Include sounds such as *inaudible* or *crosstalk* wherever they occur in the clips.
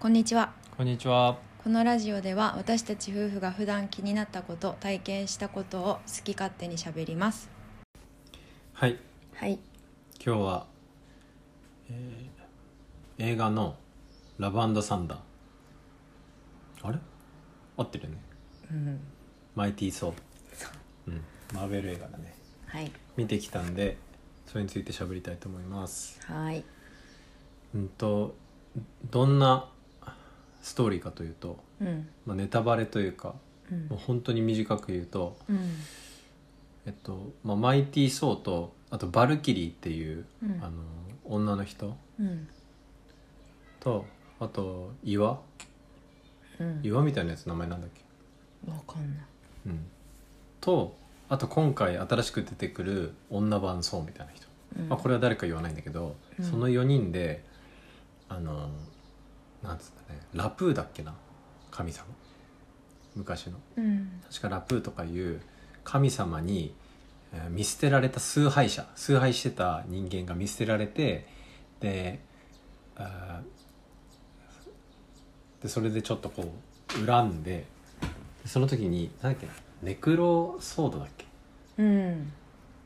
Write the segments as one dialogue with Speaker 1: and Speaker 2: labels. Speaker 1: こんにちは
Speaker 2: こんにちは。
Speaker 1: このラジオでは私たち夫婦が普段気になったこと体験したことを好き勝手にしゃべります
Speaker 2: はい、
Speaker 1: はい
Speaker 2: 今日は、えー映画のラブサンダー。あれ合ってるね。
Speaker 1: うん
Speaker 2: マイティー・ソー。うん、マーベル映画だね。
Speaker 1: はい
Speaker 2: 見てきたんで、それについて喋りたいと思います。
Speaker 1: はい
Speaker 2: うんと、どんなストーリーかというと、
Speaker 1: うん
Speaker 2: まあ、ネタバレというか、
Speaker 1: うん
Speaker 2: もう本当に短く言うと、
Speaker 1: うん
Speaker 2: えっと、まあ、マイティー・ソーと、あとバルキリーっていう、
Speaker 1: うん
Speaker 2: あの、女の人。
Speaker 1: うん
Speaker 2: とあと岩
Speaker 1: うん
Speaker 2: 岩みたいなやつ名前なんだっけ
Speaker 1: わかんない
Speaker 2: うんとあと今回新しく出てくる女版ソーみたいな人、
Speaker 1: うん
Speaker 2: まあ、これは誰か言わないんだけど、
Speaker 1: うん
Speaker 2: その4人であのなんつうんだねラプーだっけな神様昔の
Speaker 1: うん
Speaker 2: 確かラプーとかいう神様にえー見捨てられた崇拝者崇拝してた人間が見捨てられてであーでそれでちょっとこう恨んでその時に何だっけなネクロソードだっけっ
Speaker 1: うん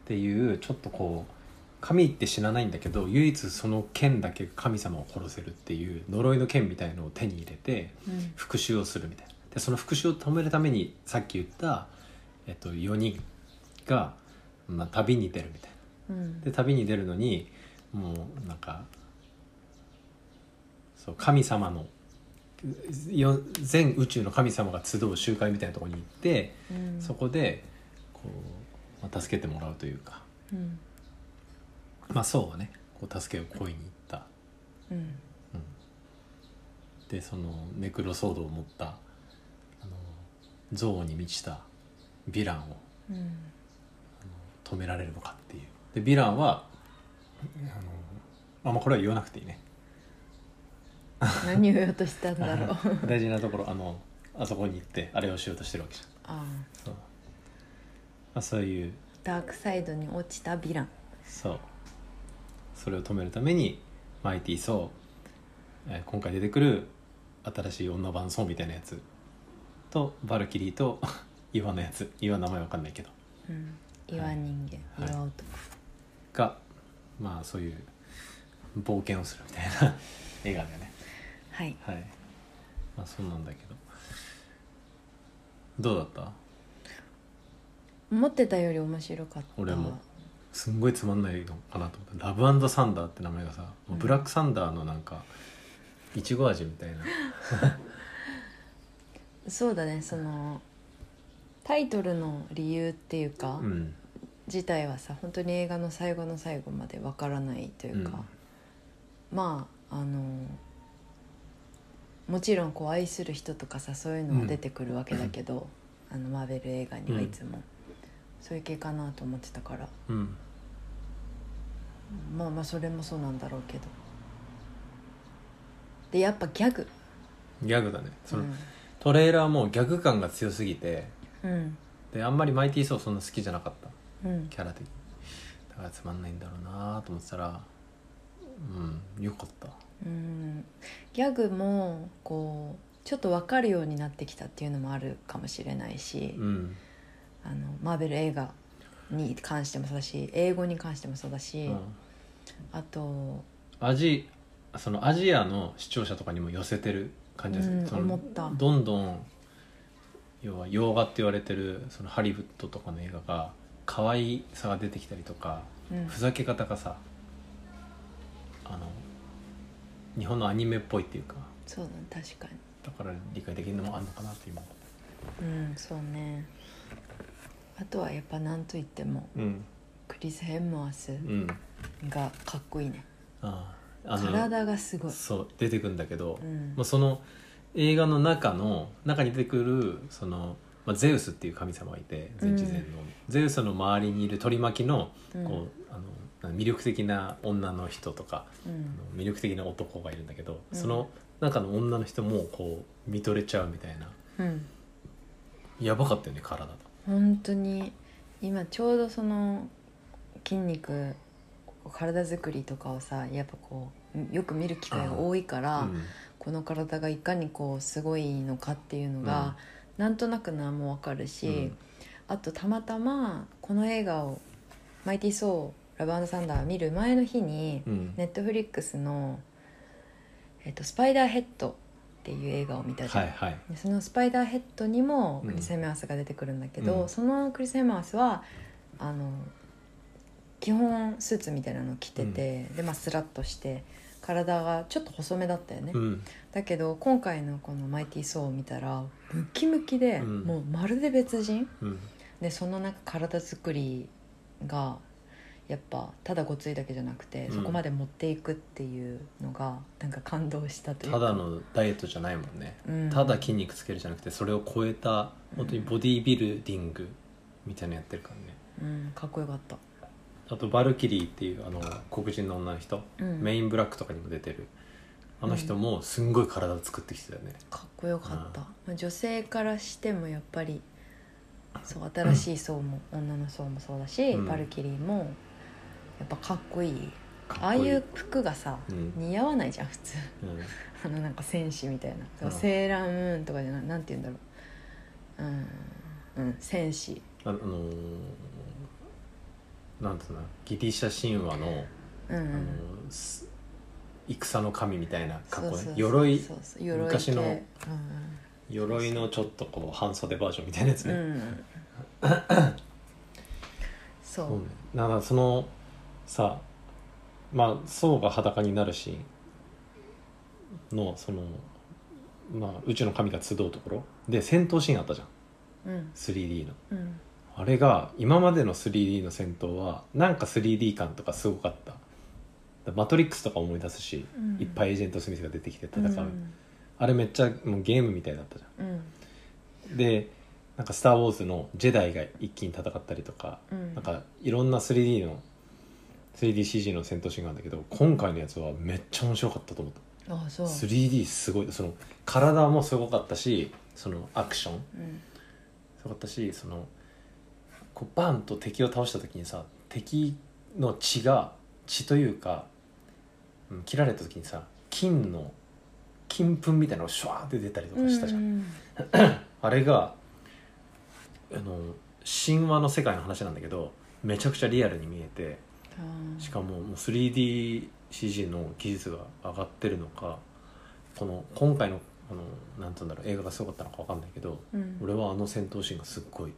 Speaker 2: ていうちょっとこう神って死なないんだけど唯一その剣だけ神様を殺せるっていう呪いの剣みたいのを手に入れて
Speaker 1: うん
Speaker 2: 復讐をするみたいなでその復讐を止めるためにさっき言った、えっと、4人が、まあ、旅に出るみたい
Speaker 1: うん
Speaker 2: なで旅に出るのにもうなんかそう神様のよ全宇宙の神様が集う集会みたいなところに行って
Speaker 1: うん
Speaker 2: そこでこう、まあ助けてもらうというか、
Speaker 1: うん
Speaker 2: まあ、そうはねこう助けを乞いに行った
Speaker 1: うん
Speaker 2: でそのネクロソードを持ったあの憎悪に満ちたヴィランを
Speaker 1: うん
Speaker 2: 止められるのかっていうでヴィランはあのあんまこれは言わなくていい *laughs* ね
Speaker 1: 何を言おうとしたんだ
Speaker 2: *laughs*
Speaker 1: ろう
Speaker 2: 大事なところあのあそこに行ってあれをしようとしてるわけじゃ
Speaker 1: ああ
Speaker 2: んそう,、まあ、そういう
Speaker 1: ダークサイドに落ちたヴィラン
Speaker 2: そうそれを止めるためにマイティー・ソー、えー今回出てくる新しい女版ソーみたいなやつとバルキリーと *laughs* 岩のやつ岩名前わかんないけど
Speaker 1: うん岩人間、
Speaker 2: はい
Speaker 1: 岩男
Speaker 2: がまあそういう冒険をするみたいな *laughs* 映画だよね
Speaker 1: はい
Speaker 2: はいまあそうなんだけどどうだった
Speaker 1: 思ってたより面白かった
Speaker 2: 俺もすんごいつまんないのかなと思った「ラブサンダー」って名前がさ、もうブラックサンダーのなんかいちご味みたいな
Speaker 1: そうだねそのタイトルの理由っていうか、
Speaker 2: うん
Speaker 1: 自体はさ本当に映画の最後の最後までわからないというか、まああのもちろんこう愛する人とかさそういうのは出てくるわけだけど、あのマーベル映画にはいつも、そういう系かなと思ってたから
Speaker 2: うん
Speaker 1: まあまあそれもそうなんだろうけどでやっぱギャグ
Speaker 2: ギャグだねその、
Speaker 1: うん
Speaker 2: トレーラーもギャグ感が強すぎて
Speaker 1: うん
Speaker 2: であんまりマイティーソーそんな好きじゃなかった
Speaker 1: うん
Speaker 2: キャラ的にだからつまんないんだろうなと思ってたらうんよかった
Speaker 1: うんギャグもこうちょっと分かるようになってきたっていうのもあるかもしれないし、
Speaker 2: うん
Speaker 1: あのマーベル映画に関してもそうだし英語に関してもそうだし、
Speaker 2: うん
Speaker 1: あと、
Speaker 2: アジそのアジアの視聴者とかにも寄せてる感じがする、
Speaker 1: うん
Speaker 2: その
Speaker 1: 思った
Speaker 2: どんどん要は洋画って言われてるそのハリウッドとかの映画が可愛さが出てきたりとか
Speaker 1: うん
Speaker 2: ふざけ方がさあの日本のアニメっぽいっていうか
Speaker 1: そうだね確か
Speaker 2: だから理解できるのもあるのかなって今思っ
Speaker 1: にうんそうねあとはやっぱなんといっても
Speaker 2: たうん
Speaker 1: クリス・ヘンモアス
Speaker 2: うん
Speaker 1: がかっこいいね
Speaker 2: あああの
Speaker 1: 体がすごい、
Speaker 2: そう出てくるんだけど、
Speaker 1: うん
Speaker 2: まあ、その映画の中の中に出てくるその、まあ、ゼウスっていう神様がいて全知全能の、ゼウスの周りにいる取り巻きの
Speaker 1: うん
Speaker 2: こう、あの魅力的な女の人とか、
Speaker 1: う
Speaker 2: あ
Speaker 1: ん
Speaker 2: の魅力的な男がいるんだけど、
Speaker 1: うん
Speaker 2: その中の女の人もこう見とれちゃうみたいな
Speaker 1: うん、
Speaker 2: やばかったよね体が
Speaker 1: 本当に今ちょうどその筋肉体作りとかをさやっぱこうよく見る機会が多いから、
Speaker 2: うん
Speaker 1: ここの体がいかにこうすごいのかっていうのが、なんとなく何もわかるし、
Speaker 2: うん
Speaker 1: あとたまたまこの映画を「マイティー・ソーラブサンダー」見る前の日に、
Speaker 2: うん
Speaker 1: ネットフリックスの、えっと「スパイダーヘッド」っていう映画を見たじゃ
Speaker 2: は
Speaker 1: ん、
Speaker 2: いはい
Speaker 1: でその「スパイダーヘッド」にも
Speaker 2: うん
Speaker 1: クリス・ヘマースが出てくるんだけど、
Speaker 2: うん
Speaker 1: そのクリス・ヘマースはあの基本スーツみたいなの着てて、でまあスラッとして体がちょっと細めだったよね、
Speaker 2: うん
Speaker 1: だけど今回のこの「マイティー・ソー」を見たらムキムキで、
Speaker 2: うん
Speaker 1: もうまるで別人
Speaker 2: うん
Speaker 1: でそのなんか体作りがやっぱただごついだけじゃなくて、
Speaker 2: うん
Speaker 1: そこまで持っていくっていうのがなんか感動したという
Speaker 2: た
Speaker 1: か
Speaker 2: だのダイエットじゃないもんね
Speaker 1: うん
Speaker 2: ただ筋肉つけるじゃなくてそれを超えた本当にボディービルディングみたいなのやってるからね
Speaker 1: うん、かっこよかった、
Speaker 2: あとバルキリーっていうあの黒人の女の人、
Speaker 1: うん
Speaker 2: メインブラックとかにも出てるあの人もすんごい体を作ってきてたよね、
Speaker 1: かっこよかった
Speaker 2: うん、
Speaker 1: まあ女性からしてもやっぱりそう新しい層も、女の層もそうだし、
Speaker 2: うん
Speaker 1: バルキリーもやっぱかっこいい
Speaker 2: か
Speaker 1: ああ
Speaker 2: っこいい
Speaker 1: いう服がさ、
Speaker 2: うん
Speaker 1: 似合わないじゃん普通 *laughs*
Speaker 2: うん
Speaker 1: あのなんか戦士みたいな、
Speaker 2: うん
Speaker 1: セーラームーンとかじゃないなんて言うんだろううん、うん、戦士
Speaker 2: ああのーなんつうのギリシャ神話の,、
Speaker 1: うんう
Speaker 2: あ
Speaker 1: ん
Speaker 2: のーす戦の神みたいな格好
Speaker 1: そうそうそ
Speaker 2: ね
Speaker 1: う
Speaker 2: 鎧
Speaker 1: そうそう鎧系
Speaker 2: 昔の
Speaker 1: うん
Speaker 2: 鎧のちょっとこう半袖バージョンみたいなやつ
Speaker 1: うん、
Speaker 2: ね、 *laughs*
Speaker 1: うん、そう
Speaker 2: そうねなんかそのさまあ僧が裸になるシーンのその、まあ、宇宙の神が集うところで戦闘シーンあったじゃん
Speaker 1: うん、
Speaker 2: 3D の
Speaker 1: うん、
Speaker 2: あれが今までの 3D の戦闘はなんか 3D 感とかすごかっただマトリックスとか思い出すし、
Speaker 1: うん
Speaker 2: いっぱいエージェント・スミスが出てきて戦う、
Speaker 1: ん
Speaker 2: あれめっちゃもうゲームみたいだったじゃん
Speaker 1: うん
Speaker 2: でなんか「スター・ウォーズ」のジェダイが一気に戦ったりとか、
Speaker 1: うん
Speaker 2: なんかいろんな 3D の 3DCG の戦闘シーンがあるんだけど今回のやつはめっちゃ面白かったと思った
Speaker 1: あそう
Speaker 2: 3D すごいその体もすごかったしそのアクション
Speaker 1: うん
Speaker 2: すごかったしそのこうバンと敵を倒した時にさ敵の血が血というか、うん、切られた時にさ金の金粉みたいなのがシュワーって出たりとかしたじゃん
Speaker 1: う、ん
Speaker 2: あれがあの神話の世界の話なんだけどめちゃくちゃリアルに見えて
Speaker 1: うん
Speaker 2: しかももう 3DCG の技術が上がってるのかこの今回のあのなんて言うんだろう映画がすごかったのかわかんないけど
Speaker 1: うん
Speaker 2: 俺はあの戦闘シーンがすっごい
Speaker 1: へ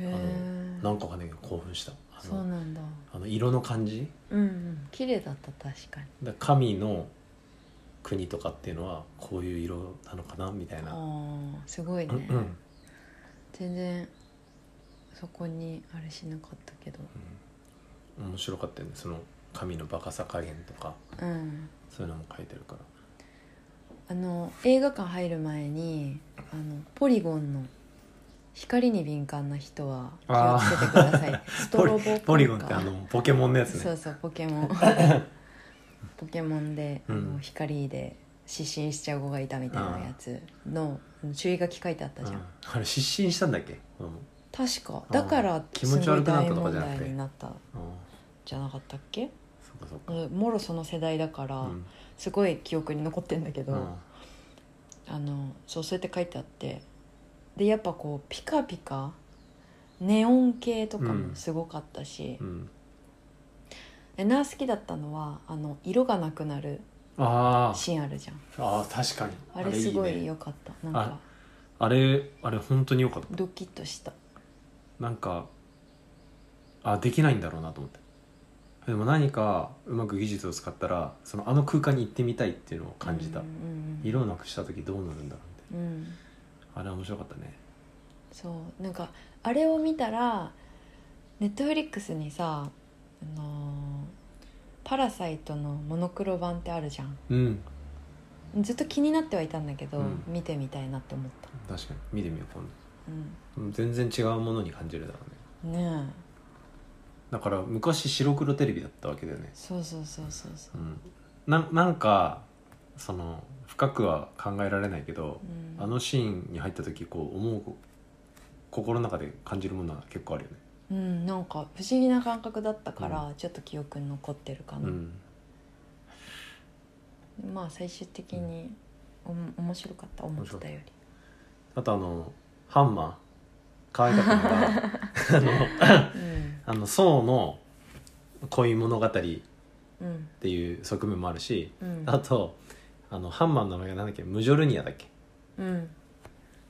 Speaker 1: え
Speaker 2: なんかね興奮したあ
Speaker 1: そう
Speaker 2: の
Speaker 1: なんだ
Speaker 2: あの色の感じ
Speaker 1: うんうん綺麗だった確かに
Speaker 2: だから神の国とかっていうのはこういう色なのかなみたい
Speaker 1: あ
Speaker 2: な、
Speaker 1: ーすごいね
Speaker 2: うんうん
Speaker 1: 全然そこにあれしなかったけど
Speaker 2: 面白かったよねその神のバカさ加減とか
Speaker 1: うん
Speaker 2: そういうのも書いてるから
Speaker 1: あの映画館入る前にあのポリゴンの光に敏感な人は気をつけてくださいストロボ効果
Speaker 2: ポリゴンってあのポケモンのやつ
Speaker 1: そ
Speaker 2: ね
Speaker 1: うそうポケ
Speaker 2: *laughs*
Speaker 1: モンポケモンで、あ
Speaker 2: う
Speaker 1: の
Speaker 2: ん
Speaker 1: 光で失神しちゃう子がいたみたいなやつの注意書き書いてあった
Speaker 2: うん
Speaker 1: じゃん、
Speaker 2: あれ失神したんだっけ、うん
Speaker 1: 確か
Speaker 2: あ
Speaker 1: だから
Speaker 2: 気持ち悪くなったとかじゃなくて
Speaker 1: すごい大問題になったん
Speaker 2: ああ
Speaker 1: じゃなかったっけ
Speaker 2: そっかそっか、
Speaker 1: うんもろその世代だから、
Speaker 2: うん
Speaker 1: すごい記憶に残ってんだけど、
Speaker 2: うん
Speaker 1: あのそうそうやって書いてあってでやっぱこうピカピカネオン系とかもすごかったし、
Speaker 2: うん
Speaker 1: でな好きだったのはあの色がなくなる
Speaker 2: あー
Speaker 1: シーンあるじゃん
Speaker 2: あー確かに
Speaker 1: あれすご
Speaker 2: ね
Speaker 1: い良かったなんか
Speaker 2: あれあれ本当によかった
Speaker 1: ドキッとした
Speaker 2: なんかあできないんだろうなと思ってでも何かうまく技術を使ったらそのあの空間に行ってみたいっていうのを感じた、
Speaker 1: うんうんうん
Speaker 2: 色をなくした時どうなるんだろうみたい
Speaker 1: うん
Speaker 2: なあれは面白かったね
Speaker 1: そうなんかあれを見たらネットフリックスにさ「あのーパラサイト」のモノクロ版ってあるじゃん
Speaker 2: うん
Speaker 1: ずっと気になってはいたんだけど、
Speaker 2: うん
Speaker 1: 見てみたいなって思った、
Speaker 2: 確かに見てみよう今
Speaker 1: う
Speaker 2: 度全然違うものに感じるだろうね
Speaker 1: ん、ねえ
Speaker 2: だから昔白黒テレビだったわけだよね
Speaker 1: そうそうそうそうそう
Speaker 2: うんななんかその深くは考えられないけど、
Speaker 1: うん
Speaker 2: あのシーンに入った時こう思う心の中で感じるものは結構あるよね
Speaker 1: うんなんか不思議な感覚だったから、ちょっと記憶に残ってるか
Speaker 2: う
Speaker 1: な、
Speaker 2: ん
Speaker 1: まあ最終的におも面白かった思ってたより
Speaker 2: あとあのハンマー可愛かったのが
Speaker 1: *laughs*
Speaker 2: あの
Speaker 1: うん
Speaker 2: あの宋の恋物語っ
Speaker 1: うん
Speaker 2: ていう側面もあるし
Speaker 1: うん
Speaker 2: あとあのハンマーの名前がなんだっけムジョルニアだっけ
Speaker 1: うん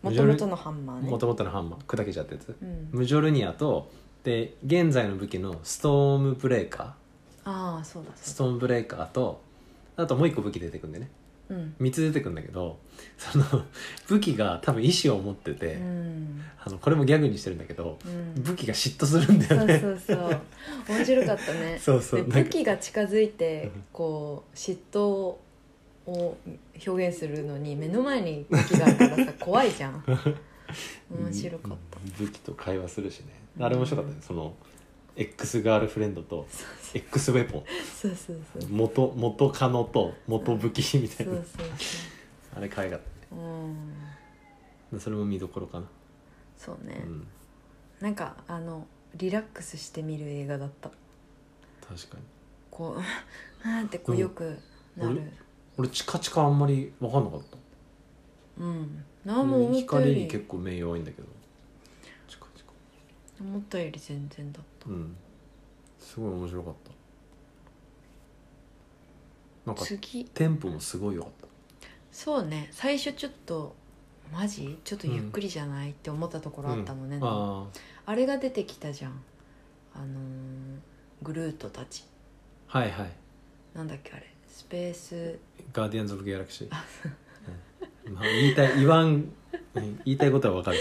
Speaker 1: もともとのハンマーね
Speaker 2: もともとのハンマー砕けちゃったやつ
Speaker 1: うん、
Speaker 2: ムジョルニアとで現在の武器のストームブレイカー
Speaker 1: ああそうだ
Speaker 2: ス
Speaker 1: そ
Speaker 2: トーンブレイカーとあともう一個武器出てくんでね
Speaker 1: うだうん、
Speaker 2: 3つ出てくんだけどその武器が多分意志を持ってて、
Speaker 1: うん
Speaker 2: あのこれもギャグにしてるんだけど
Speaker 1: うん、
Speaker 2: 武器が嫉妬するんだ
Speaker 1: そ
Speaker 2: よ
Speaker 1: う
Speaker 2: ね
Speaker 1: そうそう面白かったね
Speaker 2: そう *laughs* そう
Speaker 1: ね
Speaker 2: な
Speaker 1: 武
Speaker 2: んか
Speaker 1: 器が近づいて
Speaker 2: うん
Speaker 1: こう嫉妬を表現するのに目の前に武器があるから
Speaker 2: *laughs*
Speaker 1: さ怖いじゃん面白かった、
Speaker 2: うん武器と会話するしねあれ面白かったねその X ガールフレンドと X ウェポン
Speaker 1: そうそうそう
Speaker 2: 元元カノと元武器みた
Speaker 1: そ
Speaker 2: いうな
Speaker 1: そうそ
Speaker 2: あれ可愛かった
Speaker 1: ううん
Speaker 2: ねそれも見どころかな、
Speaker 1: そうね
Speaker 2: う、ん、
Speaker 1: なんかあのリラックスして見る映画だった
Speaker 2: 確かに
Speaker 1: こうあーってこうよくなる
Speaker 2: 俺チカチカあんまり分かんなかった
Speaker 1: うん何も思ったよ
Speaker 2: 光に結
Speaker 1: り
Speaker 2: 構目弱いんだけどチカチカ
Speaker 1: 思ったより全然だった
Speaker 2: うんすごい面白かったなんか
Speaker 1: 次
Speaker 2: テンポもすごい良かっ
Speaker 1: そうね最初ちょっとマジちょっとゆっくりじゃない、って思ったところあったのね、
Speaker 2: たあ
Speaker 1: あれが出てきたじゃんあのーグルートたち
Speaker 2: あはいはい
Speaker 1: なんだっけあれスペース
Speaker 2: ガーディアンズ・オブ・ギャラクシー、うんまあ、言いたい言わんうん言いたいことはわかる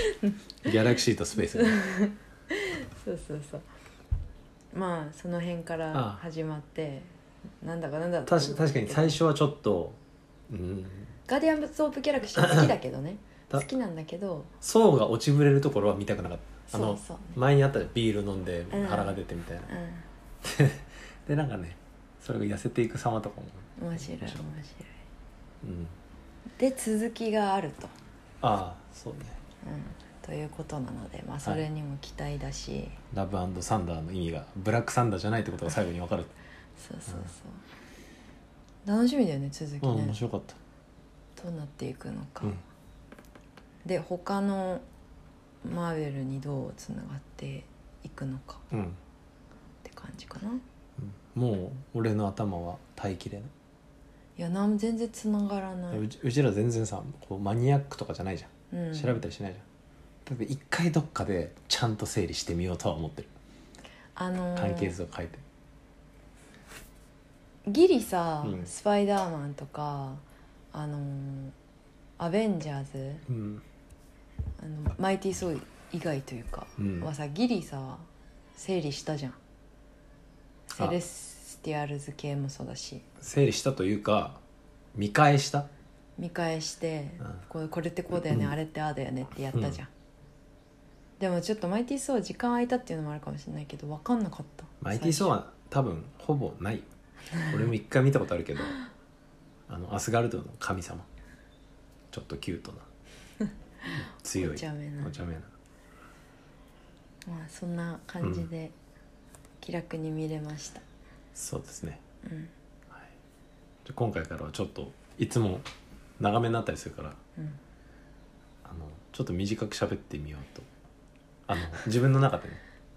Speaker 2: ギャラクシーとスペースね、
Speaker 1: そうそうそうまあその辺から始まってなんだかなんだ
Speaker 2: たし確かに最
Speaker 1: 初
Speaker 2: 初はちょっとうん
Speaker 1: ガーディアンズ・オブ・ギャラクシー好きだけどね
Speaker 2: だ
Speaker 1: 好きなんだけど
Speaker 2: 層が落ちぶれるところは見たくなかったあ
Speaker 1: そ
Speaker 2: の
Speaker 1: うそう
Speaker 2: 前にあったじゃんビール飲んで
Speaker 1: うん
Speaker 2: 腹が出てみたいな、
Speaker 1: う
Speaker 2: でなんかねそれが痩せていく様とかも
Speaker 1: ん面白い面白い
Speaker 2: うん
Speaker 1: で続きがあると、
Speaker 2: ああそうね
Speaker 1: うん、ということなのでまあそれにも期待だし、
Speaker 2: ラブサンダーの意味がブラックサンダーじゃないってことが最後に分かる、
Speaker 1: そうそうそう、楽しみだよね続き
Speaker 2: うん、
Speaker 1: ね
Speaker 2: 面白かった、
Speaker 1: どうなっていくのか、
Speaker 2: うん、
Speaker 1: で他のマーベルにどうつながっていくのか
Speaker 2: うん、
Speaker 1: って感じかな
Speaker 2: もう俺の頭は耐えきれない
Speaker 1: いやなん全然つながらないう
Speaker 2: ちうちら全然さこうマニアックとかじゃないじゃ
Speaker 1: うん
Speaker 2: ん調べたりしないじゃん、だって一回どっかでちゃんと整理してみようとは思ってる
Speaker 1: あのー
Speaker 2: 関係図を書いて
Speaker 1: ギリさ、
Speaker 2: うん
Speaker 1: スパイダーマンとかあのーアベンジャーズ
Speaker 2: うん、
Speaker 1: あのマイティー・ソー以外というか
Speaker 2: うん、
Speaker 1: はさギリさ整理したじゃんセレスティアルズ系もそうだし
Speaker 2: 整理したというか見返した
Speaker 1: 見返して、
Speaker 2: うん
Speaker 1: こうこれってこうだよね、
Speaker 2: うん
Speaker 1: あれってああだよねってやったじゃん、でもちょっとマイティー・ソー時間空いたっていうのもあるかもしれないけど分かんなかった
Speaker 2: マイティー・ソー
Speaker 1: ー
Speaker 2: は多分ほぼないよ俺も一回見たことある
Speaker 1: *laughs*
Speaker 2: けどあのアスガルドの神様ちょっとキュートな強
Speaker 1: お
Speaker 2: い
Speaker 1: 茶目な
Speaker 2: お茶目な
Speaker 1: まあそんな感じで気楽に見れました
Speaker 2: そうですね
Speaker 1: うん
Speaker 2: じゃあ今回からはちょっといつも長めになったりするから
Speaker 1: うん
Speaker 2: あのちょっと短く喋ってみようとあの自分の中でね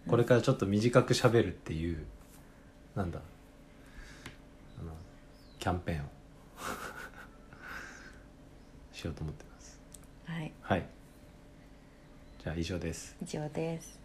Speaker 2: これからちょっと短く喋るっていうなんだあのキャンペーンを *laughs* しようと思ってます
Speaker 1: はい
Speaker 2: はいじゃあ以上です
Speaker 1: 以上です